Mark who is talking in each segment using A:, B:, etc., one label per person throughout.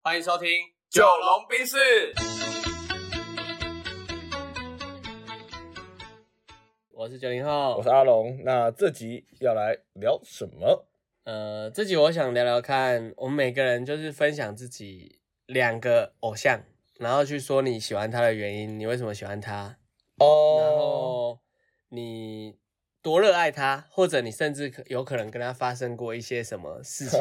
A: 欢迎收听《
B: 九龙冰室。
A: 我是九零后，
B: 我是阿龙。那这集要来聊什么？
A: 呃，这集我想聊聊看，我们每个人就是分享自己两个偶像，然后去说你喜欢他的原因，你为什么喜欢他，然
B: 哦，
A: 后你多热爱他，或者你甚至可有可能跟他发生过一些什么事 情，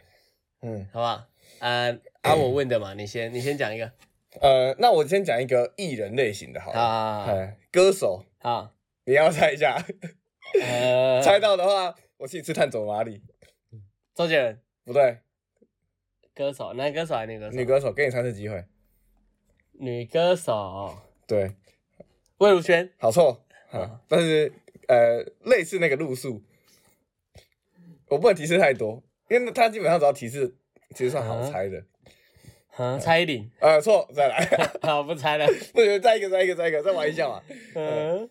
B: 嗯
A: 好不好？啊啊，我问的嘛，你先你先讲一个，
B: 呃，那我先讲一个艺人类型的好
A: 好
B: 了，
A: 好好
B: 哎歌手，
A: 好，
B: 你要猜一下，
A: 呃，
B: 猜到的话，我请你吃碳走马里。
A: 周杰伦
B: 不对，
A: 歌手，男歌手还是女歌手？
B: 女歌手，给你三次机会。
A: 女歌手
B: 对，
A: 魏如萱，
B: 好错，
A: 嗯
B: 嗯、但是呃，类似那个路数，我不能提示太多，因为他基本上只要提示，其实算好猜的。
A: 啊，蔡依 林，
B: 呃，错，再来，
A: 好不猜了，
B: 不行，再一个，再一个，再一个，再玩一下嘛。
A: 嗯，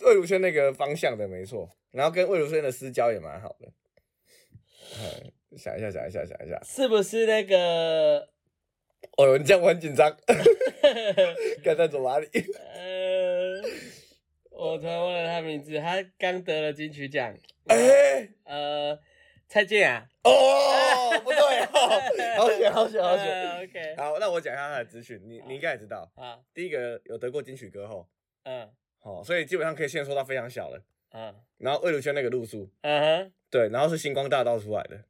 B: 魏如萱那个方向的没错，然后跟魏如萱的私交也蛮好的。哎想一下，想一下，想一下。
A: 是不是那个？
B: 哦呦，你这样我很紧张，该在走哪里？
A: 呃，我突然忘了他名字，他刚得了金曲奖。
B: 哎、
A: 呃，蔡健雅。
B: 哦，不对哦，好险，好险，好
A: 呃
B: 险。
A: OK，
B: 好，那我讲一下他的资讯，你你应该也知道，
A: 好，
B: 第一个有得过金曲歌后，
A: 嗯
B: 哦，所以基本上可以限缩到非常小了。
A: 嗯
B: 然后魏如萱那个路数，
A: 嗯哼
B: 对，然后是星光大道出来的，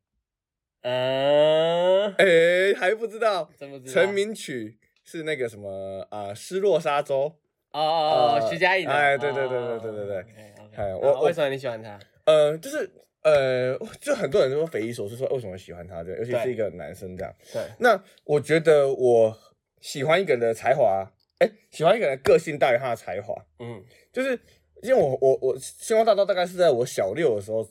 A: 嗯，
B: 哎、还不知道，
A: 怎么知道？
B: 成名曲是那个什么啊，呃失落沙洲》。
A: 哦哦哦，
B: 呃
A: 徐佳莹啊。
B: 哎对对
A: 哦
B: 对对对对对。
A: OK，OK
B: 哎我
A: 好
B: 我
A: 为什么你喜欢他？
B: 呃，就是呃，就很多人都匪夷所思，说为什么喜欢他这个，尤其
A: 对
B: 是一个男生这样。
A: 对，
B: 那我觉得我喜欢一个人的才华，哎，喜欢一个人的个性大于他的才华，
A: 嗯
B: 就是因为我我我星光大道大概是在我小六的时候，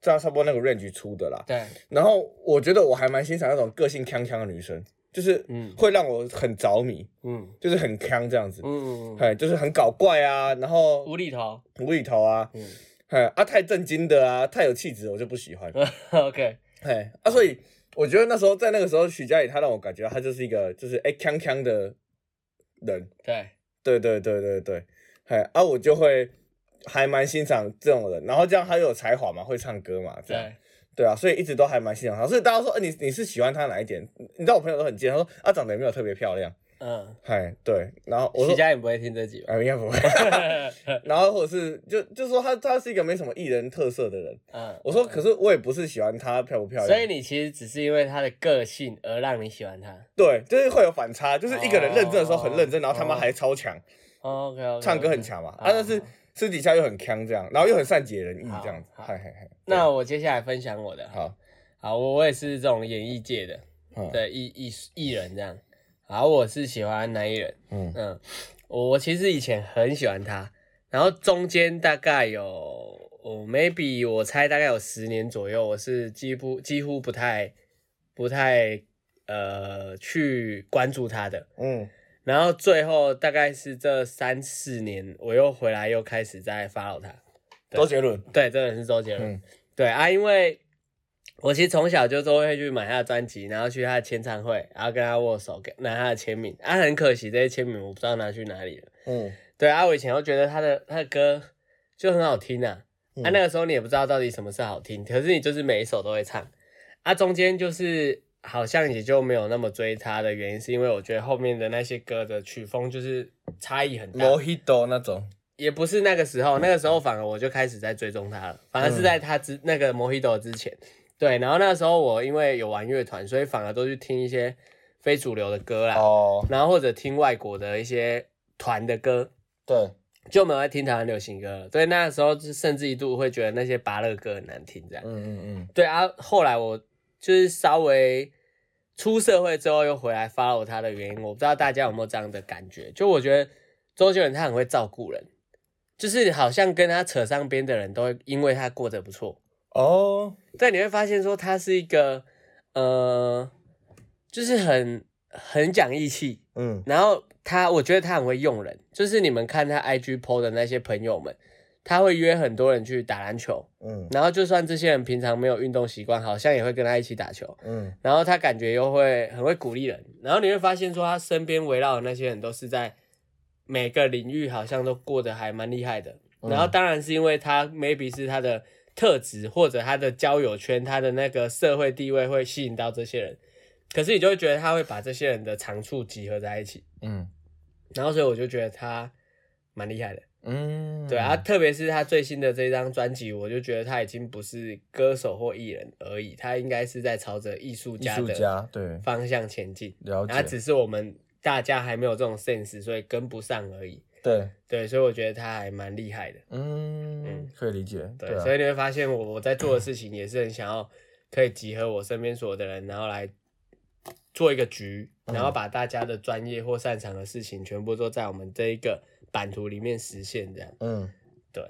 B: 在差不多那个 range 出的啦。
A: 对，
B: 然后我觉得我还蛮欣赏那种个性锵锵的女生，就是
A: 嗯
B: 会让我很着迷，
A: 嗯
B: 就是很锵这样子，
A: 嗯，嗯
B: 哎，就是很搞怪啊，然后
A: 无厘头。
B: 无厘头啊，
A: 嗯
B: 哎啊太震惊的啊，太有气质我就不喜欢。
A: 嗯，OK，
B: 哎啊，所以我觉得那时候在那个时候，许佳怡她让我感觉她就是一个就是哎锵锵的人，
A: 对，
B: 对对对对对，哎啊我就会还蛮欣赏这种人，然后这样她又有才华嘛，会唱歌嘛，这样
A: 对，
B: 对啊，所以一直都还蛮欣赏她。所以大家说，哎、你你是喜欢她哪一点？你知道我朋友都很贱，他说啊长得也没有特别漂亮，
A: 嗯，
B: 哎对，然后我
A: 徐
B: 说
A: 佳莹不会听这 集吧？
B: 啊应该不会， 然后或者是就就说她她是一个没什么艺人特色的人，
A: 嗯，
B: 我说可是我也不是喜欢她漂不漂亮，
A: 所以你其实只是因为他的个性而让你喜欢他。
B: 对，就是会有反差，就是一个人认真的时候很认真，
A: 哦
B: 然后他妈还超强，
A: OK，, o k
B: 唱歌很强嘛，啊，但是私底下又很强这样，然后又很善解人意这样子，
A: 好
B: 嘿
A: 好
B: 嘿嘿。
A: 那我接下来分享我的，好，
B: 好，
A: 好，我我也是这种演艺界的
B: 嗯
A: 的艺艺艺人这样。好，我是喜欢男艺人，
B: 嗯
A: 嗯，我我其实以前很喜欢他，然后中间大概有，我 maybe 我猜大概有十年左右，我是几乎几乎不太不太呃去关注他的，
B: 嗯
A: 然后最后大概是这三四年，我又回来又开始在 follow 他。对
B: 周杰伦，
A: 对，真的是周杰伦。
B: 嗯
A: 对啊，因为我其实从小就都会去买他的专辑，然后去他的签唱会，然后跟他握手，跟拿他的签名。啊，很可惜这些签名我不知道拿去哪里了。
B: 嗯
A: 对啊，我以前都觉得他的他的歌就很好听啊。啊，
B: 嗯
A: 那个时候你也不知道到底什么是好听，可是你就是每一首都会唱。啊，中间就是好像也就没有那么追他的原因，是因为我觉得后面的那些歌的曲风就是差异很大。
B: ，Mojito 那种，
A: 也不是那个时候，那个时候反而我就开始在追踪他了，反而
B: 嗯
A: 是在他之、那个 Mojito 之前，对，然后那时候我因为有玩乐团，所以反而都去听一些非主流的歌啦，
B: 哦，
A: 然后或者听外国的一些团的歌，
B: 对，
A: 就没有在听台湾流行歌了。对，那时候就甚至一度会觉得那些芭乐歌很难听这样。
B: 嗯嗯
A: 对啊，后来我就是稍微出社会之后又回来 follow 他的原因，我不知道大家有没有这样的感觉，就我觉得周杰伦他很会照顾人，就是好像跟他扯上边的人都会因为他过得不错，
B: 哦，
A: 但你会发现说他是一个呃，就是很很讲义气，
B: 嗯
A: 然后他我觉得他很会用人，就是你们看他 IG PO 的那些朋友们，他会约很多人去打篮球，
B: 嗯
A: 然后就算这些人平常没有运动习惯，好像也会跟他一起打球。
B: 嗯
A: 然后他感觉又会很会鼓励人，然后你会发现说他身边围绕的那些人都是在每个领域好像都过得还蛮厉害的。
B: 嗯
A: 然后当然是因为他 maybe 是他的特质或者他的交友圈、他的那个社会地位会吸引到这些人，可是你就会觉得他会把这些人的长处集合在一起，
B: 嗯
A: 然后所以我就觉得他蛮厉害的。
B: 嗯，
A: 对啊，，特别是他最新的这张专辑，我就觉得他已经不是歌手或艺人而已，他应该是在朝着艺术
B: 艺
A: 家
B: 术
A: 的
B: 家对，
A: 方向前进。
B: 了
A: 然后
B: 解，
A: 只是我们大家还没有这种 sense，所以跟不上而已。
B: 对，
A: 对，所以我觉得他还蛮厉害的。
B: 嗯
A: 嗯，
B: 可以理解，
A: 对，
B: 对啊
A: 所以你会发现我我在做的 事情也是很想要可以集合我身边所有的人，然后来做一个局，
B: 嗯
A: 然后把大家的专业或擅长的事情全部都在我们这一个版图里面实现。这样，
B: 嗯。
A: 对，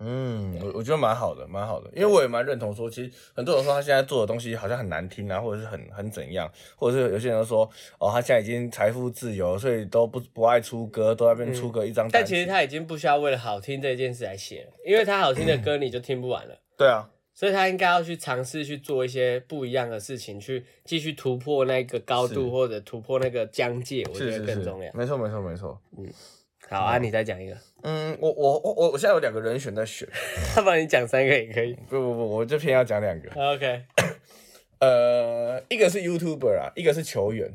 B: 嗯，我我觉得蛮好的，蛮好的，因为我也蛮认同说，其实很多人说他现在做的东西好像很难听啊，或者是很很怎样，或者是有些人说哦，他现在已经财富自由，所以都不不爱出歌，都在那边出歌一张单
A: 嗯但
B: 曲、
A: 其实他已经不需要为了好听这件事来写了，因为他好听的歌你就听不完了。
B: 对啊，
A: 所以他应该要去尝试去做一些不一样的事情，去继续突破那个高
B: 是
A: 度或者突破那个疆界，我
B: 是
A: 觉
B: 是
A: 得
B: 是
A: 更重要。
B: 没错没错没错。
A: 好啊，你再讲一个，
B: 嗯，我我我我我现在有两个人选在选，
A: 他帮你讲三个也可以。
B: 不不不，我就偏要讲两个，
A: OK，
B: 呃，一个是 YouTuber 啊，一个是球员。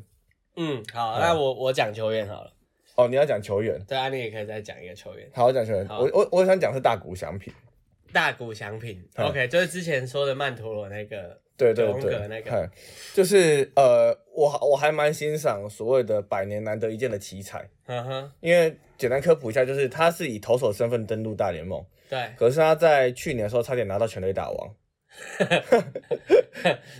A: 嗯，好，那我我讲球员好了。
B: 哦，你要讲球员，
A: 对啊，你也可以再讲一个球员，
B: 好，我讲球员，
A: 好
B: 我我我想讲是大谷翔平。
A: 大谷翔平。
B: 嗯
A: OK，就是之前说的曼陀罗那个，
B: 对对
A: 九宫格
B: 对，
A: 那个
B: 嗨就是呃，我我还蛮欣赏所谓的百年难得一见的奇才，
A: 呵呵，
B: 因为简单科普一下，就是他是以投手身份登陆大联盟，
A: 对，
B: 可是他在去年的时候差点拿到全垒打王，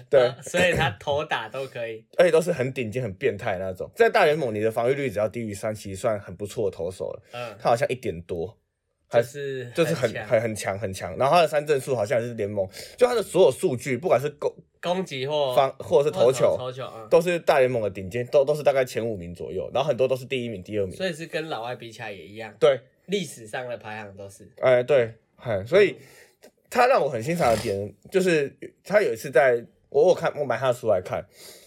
B: 对
A: 啊 所以他投打都可以。
B: 而且都是很顶尖、很变态那种。在大联盟，你的防御率只要低于三，其实算很不错的投手了。
A: 嗯，
B: 他好像一点多，还
A: 就是
B: 就是很
A: 强
B: 很很强很强。然后他的三振数好像也是联盟，就他的所有数据，不管是攻
A: 攻击或
B: 防或者是投球，
A: 投球啊，
B: 都是大联盟的顶尖，都都是大概前五名左右，然后很多都是第一名、第二名。
A: 所以是跟老外比起来也一样，
B: 对，
A: 历史上的排行都是。
B: 哎、对，嗨，所以他让我很欣赏的点就是，他有一次在我我看我买他的书来看，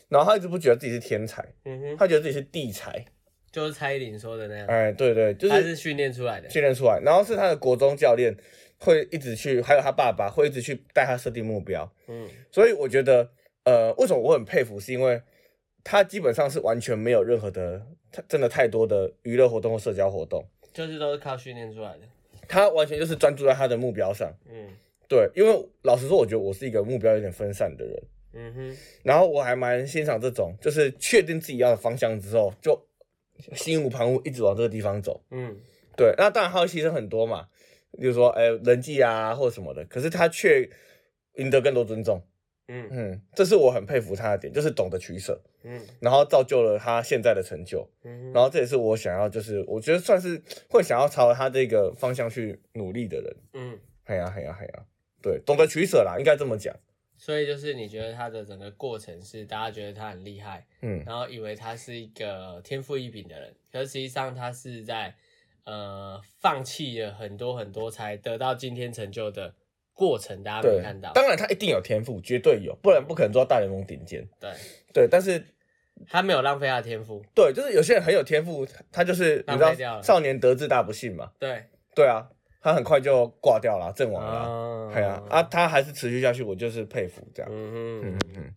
B: 然后他一直不觉得自己是天才，
A: 嗯哼。
B: 他觉得自己是地才。
A: 就是蔡依林说的那样，
B: 哎、对对，就
A: 他
B: 是
A: 是训练出来的。
B: 训练出来，然后是他的国中教练会一直去，还有他爸爸会一直去带他设定目标。
A: 嗯
B: 所以我觉得，呃，为什么我很佩服，是因为他基本上是完全没有任何的，他真的太多的娱乐活动或社交活动。
A: 就是都是靠训练出来的。
B: 他完全就是专注在他的目标上。
A: 嗯
B: 对，因为老实说，我觉得我是一个目标有点分散的人，
A: 嗯哼，
B: 然后我还蛮欣赏这种，就是确定自己要的方向之后，就心无旁骛，一直往这个地方走。
A: 嗯
B: 对，那当然他会牺牲很多嘛，比如说哎、人际啊或什么的，可是他却赢得更多尊重。
A: 嗯
B: 嗯，这是我很佩服他的点，就是懂得取舍，
A: 嗯
B: 然后造就了他现在的成就。
A: 嗯哼，
B: 然后这也是我想要，就是我觉得算是会想要朝他这个方向去努力的人。
A: 嗯，
B: 嘿呀嘿呀嘿呀，对，懂得取舍啦，应该这么讲。
A: 所以就是你觉得他的整个过程是大家觉得他很厉害，
B: 嗯，
A: 然后以为他是一个天赋异禀的人，可是实际上他是在呃放弃了很多很多才得到今天成就的过程，大家没
B: 对
A: 看到。
B: 当然他一定有天赋，绝对有，不然不可能做到大联盟顶尖。
A: 对，
B: 对，但是
A: 他没有浪费他的天赋。对
B: 对，就是有些人很有天赋，他就是你
A: 浪
B: 知
A: 费掉
B: 道，
A: 了
B: 少年得志大不幸嘛。
A: 对，
B: 对啊，他很快就挂掉了，阵亡了。
A: 哦
B: 对啊，啊，，他还是持续下去，我就是佩服这样。
A: 嗯
B: 嗯
A: 哼，
B: 嗯嗯，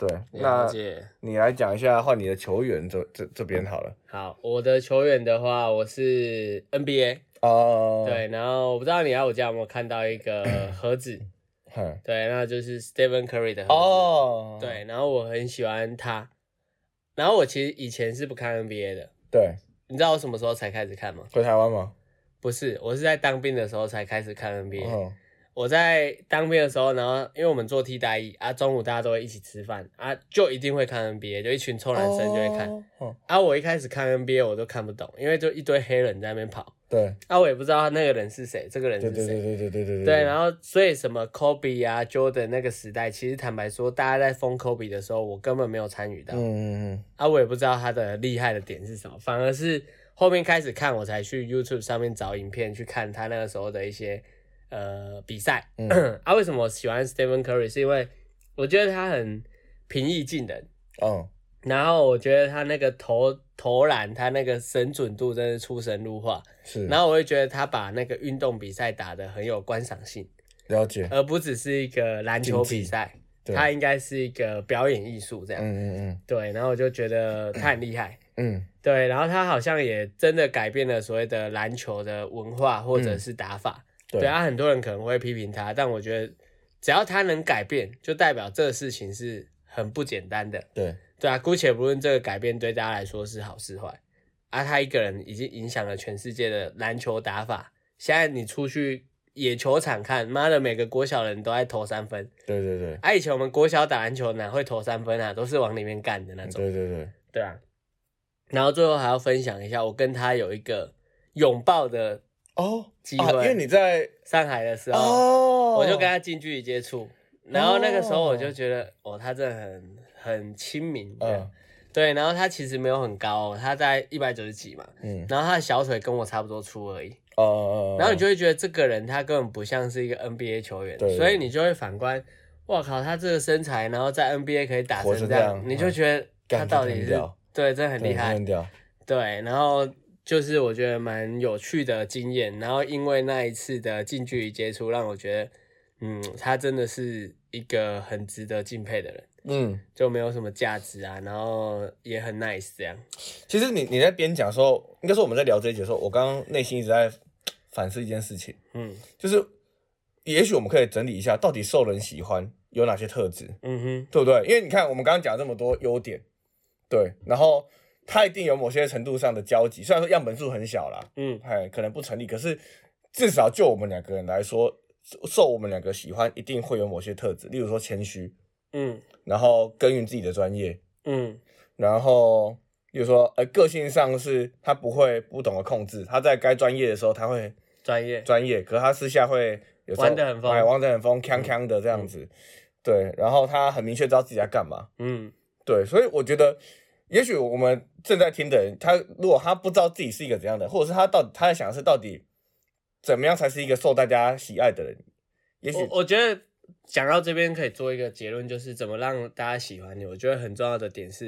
B: 对，
A: 了
B: 那
A: 解。
B: 你来讲一下换你的球员这这这边好了。
A: 好，我的球员的话，我是 NBA，、
B: 哦，，
A: 对，然后我不知道你来我家有没有看到一个 盒子，
B: 嗨，
A: 对，那就是 Stephen Curry 的盒子，
B: 哦，
A: 对，然后我很喜欢他，然后我其实以前是不看 NBA 的，
B: 对，
A: 你知道我什么时候才开始看吗？
B: 回台湾吗？
A: 不是，我是在当兵的时候才开始看 NBA，、
B: 嗯
A: 我在当兵的时候，然后因为我们做替代役啊，中午大家都会一起吃饭啊，就一定会看 NBA，就一群臭男生就会看，
B: 哦嗯，
A: 啊，我一开始看 NBA 我都看不懂，因为就一堆黑人在那边跑。
B: 对。
A: 啊，我也不知道那个人是谁，这个人
B: 对
A: 是
B: 对对
A: 谁。
B: 对对对对
A: 对，然后所以什么 Kobe 啊、Jordan 那个时代，其实坦白说，大家在封 Kobe 的时候，我根本没有参与到，
B: 嗯嗯
A: 啊，我也不知道他的厉害的点是什么，反而是后面开始看，我才去 YouTube 上面找影片去看他那个时候的一些呃比赛。
B: 嗯
A: 啊，为什么我喜欢 Stephen Curry？是因为我觉得他很平易近人，
B: 嗯，
A: 然后我觉得他那个投投篮，他那个神准度真是出神入化。
B: 是，
A: 然后我会觉得他把那个运动比赛打得很有观赏性，
B: 了解，
A: 而不只是一个篮球比赛，
B: 对
A: 它应该是一个表演艺术这样。
B: 嗯嗯
A: 对，然后我就觉得他很厉害。
B: 嗯嗯，
A: 对，然后他好像也真的改变了所谓的篮球的文化或者是打法。
B: 对
A: 对啊，很多人可能会批评他，但我觉得只要他能改变，就代表这个事情是很不简单的。
B: 对，
A: 对啊，姑且不论这个改变对大家来说是好是坏，啊，他一个人已经影响了全世界的篮球打法。现在你出去野球场看，妈的，每个国小人都在投三分。
B: 对对对，
A: 啊，以前我们国小打篮球哪会投三分啊，都是往里面干的那种。
B: 对对对，
A: 对啊。然后最后还要分享一下，我跟他有一个拥抱的
B: 哦，
A: 机
B: 啊
A: 会，
B: 因为你在
A: 上海的时候，
B: 哦，
A: 我就跟他近距离接触。然后那个时候我就觉得，哦，他真的很很亲民，
B: 嗯
A: 嗯，对。然后他其实没有很高、哦，他在一百九十几嘛，
B: 嗯，
A: 然后他的小腿跟我差不多粗而已。
B: 哦哦，哦
A: 然后你就会觉得这个人他根本不像是一个 NBA 球员，
B: 对对
A: 所以你就会反观，哇靠，他这个身材，然后在 NBA 可以打
B: 活
A: 成
B: 成这样嗯
A: 你就觉得
B: 干
A: 他到
B: 这
A: 底
B: 很
A: 是
B: 屌
A: 对，真的很
B: 对
A: 厉害
B: 很。屌，
A: 对，然后就是我觉得蛮有趣的经验，然后因为那一次的近距离接触，让我觉得，嗯，他真的是一个很值得敬佩的人，
B: 嗯，
A: 就没有什么价值啊，然后也很 nice 这样。
B: 其实你你在边讲的时候，应该说我们在聊这一节的时候，我刚刚内心一直在反思一件事情，
A: 嗯
B: 就是也许我们可以整理一下，到底受人喜欢有哪些特质，
A: 嗯哼，
B: 对不对？因为你看我们刚刚讲了这么多优点，对，然后他一定有某些程度上的交集，虽然说样本数很小啦，
A: 嗯
B: 哎，可能不成立，可是至少就我们两个人来说，受我们两个喜欢，一定会有某些特质，例如说谦虚，
A: 嗯
B: 然后耕耘自己的专业，
A: 嗯
B: 然后例如说，呃，个性上是他不会不懂得控制，他在该专业的时候他会
A: 专业。
B: 专业，可是他私下会有时候
A: 玩得很疯嗯
B: 哎玩得很疯，锵锵的这样子，对，然后他很明确知道自己在干嘛，
A: 嗯
B: 对，所以我觉得，也许我们正在听的人，他如果他不知道自己是一个怎样的人，或者是他到底他在想的是到底怎么样才是一个受大家喜爱的人，也许
A: 我我觉得讲到这边可以做一个结论，就是怎么让大家喜欢你。我觉得很重要的点是，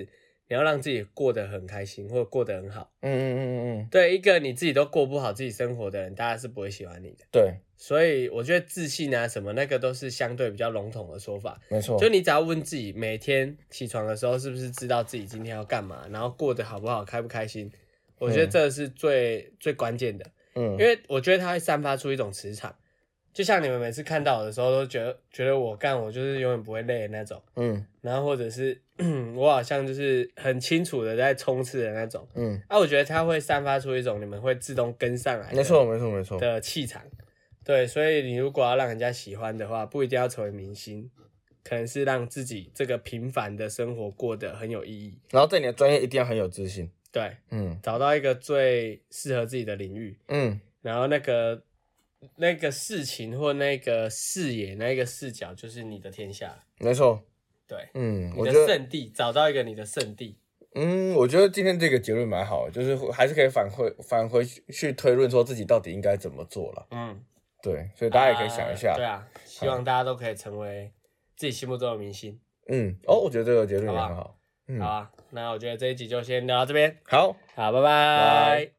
A: 你要让自己过得很开心，或者过得很好。
B: 嗯嗯嗯嗯嗯，
A: 对一个你自己都过不好自己生活的人，大家是不会喜欢你的。
B: 对，
A: 所以我觉得自信啊什么那个都是相对比较笼统的说法。
B: 没错，
A: 就你只要问自己，每天起床的时候是不是知道自己今天要干嘛，然后过得好不好，开不开心，我觉得这是最、最关键的。
B: 嗯
A: 因为我觉得它会散发出一种磁场，就像你们每次看到我的时候，都觉得觉得我干我就是永远不会累的那种，
B: 嗯
A: 然后或者是 我好像就是很清楚的在冲刺的那种，
B: 嗯，
A: 啊，我觉得它会散发出一种你们会自动跟上来的
B: 没错没错没错，
A: 的气场，对，所以你如果要让人家喜欢的话，不一定要成为明星，可能是让自己这个平凡的生活过得很有意义，
B: 然后对你的专业一定要很有自信，
A: 对，
B: 嗯
A: 找到一个最适合自己的领域，
B: 嗯
A: 然后那个那个事情或那个视野、那个视角，就是你的天下，
B: 没错，
A: 对，
B: 嗯，
A: 你
B: 我
A: 的
B: 觉得。
A: 圣地，找到一个你的圣地，
B: 嗯，我觉得今天这个结论蛮好的，就是还是可以返回返回去去推论说自己到底应该怎么做了。
A: 嗯，
B: 对，所以大家也可以想一下。嗯
A: 啊对啊，希望大家都可以成为自己心目中的明星，
B: 嗯，哦，我觉得这个结论也很好。嗯
A: 啊好啊，那我觉得这一集就先聊到这边，
B: 好，
A: 好，拜
B: 拜
A: 拜